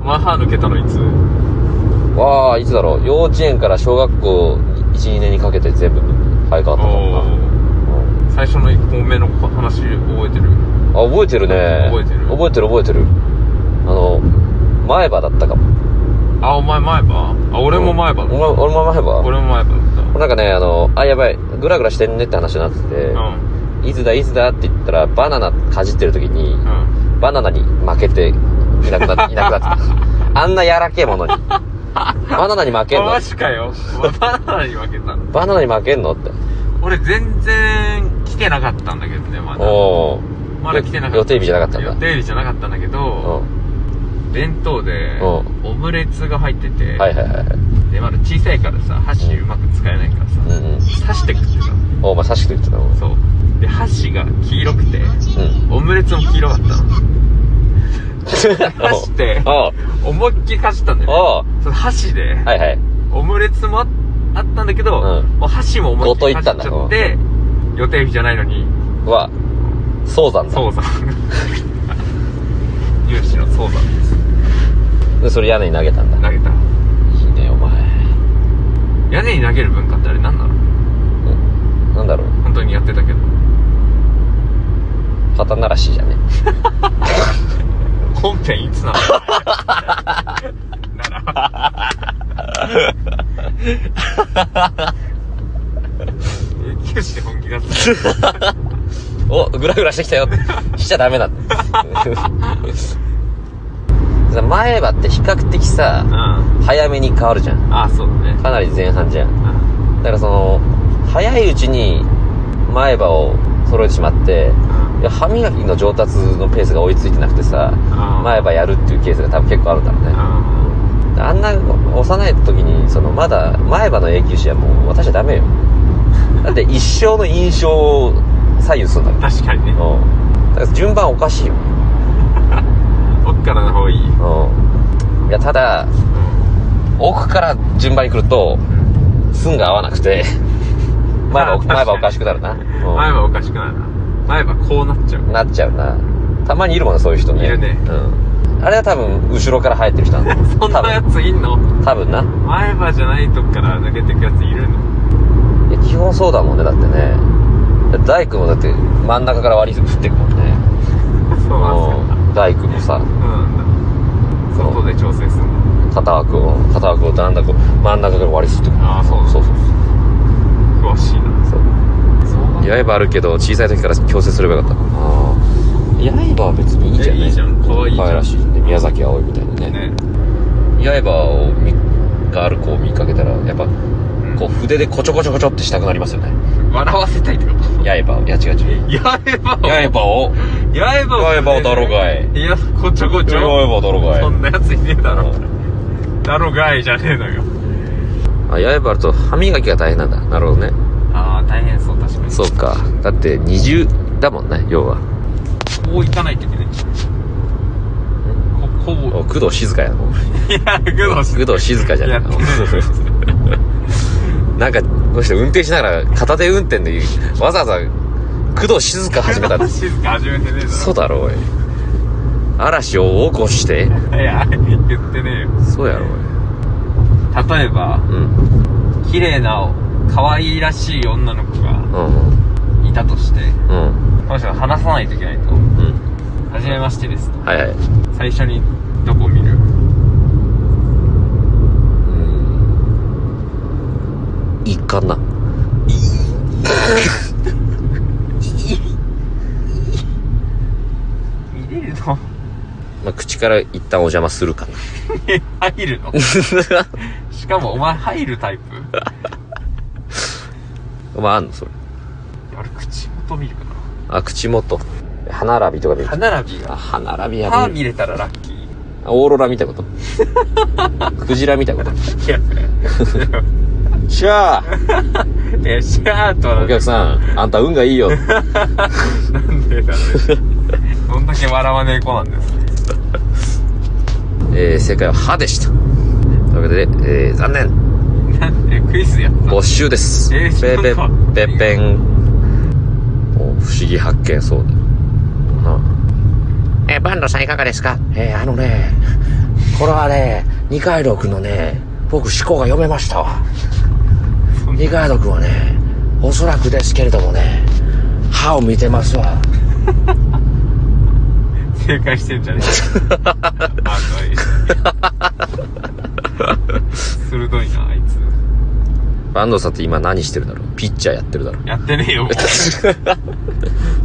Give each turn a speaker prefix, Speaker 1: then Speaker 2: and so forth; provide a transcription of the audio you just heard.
Speaker 1: まあ歯抜けたのいつ
Speaker 2: わあいつだろう幼稚園から小学校12年にかけて全部生え変わったもんな
Speaker 1: お
Speaker 2: うん
Speaker 1: ー最初の1個目の話覚えてる
Speaker 2: あ覚えてるね
Speaker 1: 覚えてる
Speaker 2: 覚えてる覚えてるあの前歯だったかも
Speaker 1: あお前前歯あ俺も前歯
Speaker 2: お
Speaker 1: だ
Speaker 2: 前俺も前歯
Speaker 1: 俺も前歯だっ
Speaker 2: なんかねあのあやばいグラグラしてんねって話になってて
Speaker 1: たうん
Speaker 2: 「いつだいつだ」って言ったらバナナかじってる時に
Speaker 1: うん
Speaker 2: バナナに負けていなく なっいなくなってたあんなやらけえものにバナナに負けんの
Speaker 1: マジかよバナナに負けたの
Speaker 2: バナナに負けんのって
Speaker 1: 俺全然来てなかったんだけどねまだ
Speaker 2: おお
Speaker 1: まだ来てなかった
Speaker 2: 予定日じゃなかったんだ
Speaker 1: 予定日じゃなかったんだけど弁当でオ
Speaker 2: う
Speaker 1: ムレツが入ってて
Speaker 2: はいはいはいはい
Speaker 1: でまだ小さいからさ箸うまく使えないからさ
Speaker 2: うんうん
Speaker 1: 刺して食ってたの
Speaker 2: お前差しく言ってたもん
Speaker 1: そうで箸が黄色くて
Speaker 2: うん
Speaker 1: オムレツも黄色かったの 刺
Speaker 2: 刺
Speaker 1: して
Speaker 2: おう
Speaker 1: 思いっきりかじったんだよ、
Speaker 2: おう
Speaker 1: ね、その箸で
Speaker 2: はいはい
Speaker 1: オムレツもああったんだけど、
Speaker 2: うん
Speaker 1: もう箸も思いっきりかじっち
Speaker 2: ご
Speaker 1: ゃっ
Speaker 2: と
Speaker 1: て予定日じゃないのに
Speaker 2: うわ早産だ
Speaker 1: 早産有志の早産です
Speaker 2: でそれ屋根に投げたんだ
Speaker 1: 投げた
Speaker 2: いいねお前
Speaker 1: 屋根に投げる文化ってあれ何なの
Speaker 2: うんなんだろう
Speaker 1: 本当にやってたけど
Speaker 2: 肩慣らしじゃね
Speaker 1: 本編いつなのなら 永久して本気出す
Speaker 2: おグラグラしてきたよ しちゃダメだ ってさ前歯って比較的さ
Speaker 1: うんあ
Speaker 2: 早めに変わるじゃん
Speaker 1: あそうだね
Speaker 2: かなり前半じゃん
Speaker 1: うん
Speaker 2: だからその早いうちに前歯を揃えてしまっていや歯磨きの上達のペースが追いついてなくてさ
Speaker 1: あー
Speaker 2: 前歯やるっていうケースが多分結構あるんだろうね
Speaker 1: あ
Speaker 2: あんな幼い時にそのまだ前歯の永久歯はもう私はダメよだって一生の印象を左右するんだ
Speaker 1: あ
Speaker 2: か
Speaker 1: 確かにね
Speaker 2: らうんだから順番おかしいよ
Speaker 1: 奥からの方がいい
Speaker 2: うんいやただ奥から順番に来ると寸が合わなくて前歯
Speaker 1: あ
Speaker 2: お
Speaker 1: 確かに
Speaker 2: 前歯おかしくなるな、うん
Speaker 1: 前はおかしくなるな前はこうなっちゃう
Speaker 2: なっちゃうなたまにいるもんねそういう人ね
Speaker 1: いるね
Speaker 2: うんあれは多分後ろから生えてる人なんだ
Speaker 1: そん
Speaker 2: 多
Speaker 1: なや
Speaker 2: 分
Speaker 1: ついんの
Speaker 2: 多分な
Speaker 1: 前歯じゃないとこから抜けてくやついるの
Speaker 2: いや基本そうだもんねだってね大工もだって真ん中から割り振ってくもんね
Speaker 1: そうなんすか
Speaker 2: うん大工もさ
Speaker 1: うん外で調整するんだ
Speaker 2: 片枠を片枠をだんだんこう真ん中から割り振ってくもん
Speaker 1: あーそう
Speaker 2: そうそう
Speaker 1: 詳しいな
Speaker 2: そう
Speaker 1: そうなんだ
Speaker 2: 刃あるけど小さい時から強制すればよかったあ刃は別にいいじゃん
Speaker 1: いやいいじゃん可愛いじゃん
Speaker 2: らしいね宮崎あおいみたいなね
Speaker 1: ね
Speaker 2: 刃を見がある子を見かけたらやっぱ
Speaker 1: ん
Speaker 2: こう筆でこちょこちょこちょってしたくなりますよね
Speaker 1: 笑わせたいってこと
Speaker 2: 刃をいや違う違う
Speaker 1: やえばを
Speaker 2: 刃を
Speaker 1: やえばを
Speaker 2: やえばをだろがい
Speaker 1: いやこちょこちょ
Speaker 2: 刃だろがい
Speaker 1: そんなやついねえだろだろがいじゃねえのよ
Speaker 2: あ八重歯あると歯磨きが大変なんだなるほどね
Speaker 1: ああ大変そう確かに
Speaker 2: そうかだって二重だもんね要は
Speaker 1: こう行かないといけないこ
Speaker 2: お
Speaker 1: こ
Speaker 2: 工藤静香やもん
Speaker 1: ういや工藤
Speaker 2: 工藤静香じゃ
Speaker 1: や
Speaker 2: な
Speaker 1: っ
Speaker 2: い
Speaker 1: てな
Speaker 2: の
Speaker 1: い
Speaker 2: なんかこの人運転しながら片手運転でわざわざ工藤静香始めたん
Speaker 1: 工
Speaker 2: で
Speaker 1: 藤
Speaker 2: す
Speaker 1: 静か始めてねえだ
Speaker 2: そうだろおい嵐を起こして
Speaker 1: ろいや言ってねえよ
Speaker 2: そうやろお
Speaker 1: 例えば
Speaker 2: いうん
Speaker 1: 綺麗な可愛いらしい女の子が
Speaker 2: うん
Speaker 1: いたとして
Speaker 2: うん
Speaker 1: この人が話さないといけないと
Speaker 2: うん
Speaker 1: 「はじめましてです」と
Speaker 2: はいはい
Speaker 1: 最初にどこ見る
Speaker 2: うんいかんない
Speaker 1: 見れるの
Speaker 2: まあ、口から一旦お邪魔するか な
Speaker 1: 入るのしかもお前入るタイプ
Speaker 2: お前あんのそれ
Speaker 1: 俺口元見るかな
Speaker 2: あ口元歯並びとか見る
Speaker 1: 歯並び
Speaker 2: あ
Speaker 1: が
Speaker 2: 歯並びやば
Speaker 1: 歯
Speaker 2: い
Speaker 1: 見れたらラッキー
Speaker 2: あオーロラ見たこと クジラ見たこと
Speaker 1: いや
Speaker 2: しゃあ
Speaker 1: いやシャーと
Speaker 2: お
Speaker 1: は
Speaker 2: 客さんあんた運がいいよ
Speaker 1: なんでだろうどんだけ笑わねえ子なんですね
Speaker 2: えー、正解は歯でしたというわけで、えー、残念
Speaker 1: なんでクイズやった
Speaker 2: 没収です
Speaker 1: えー
Speaker 2: ペー
Speaker 1: そ
Speaker 2: ペ
Speaker 1: うな
Speaker 2: ー
Speaker 1: の
Speaker 2: ペーペンお不思議発見そうだなあえー、坂東さんいかがですかえー、あのねこれはね二階堂君のね僕思考が読めましたわ
Speaker 1: そんな
Speaker 2: 二階堂君はねおそらくですけれどもね歯を見てますわ
Speaker 1: 正解してんじゃねえかあのいい鋭いなあいつ
Speaker 2: 安藤さんって今何してるだろうピッチャーやってるだろう
Speaker 1: やってねえよもう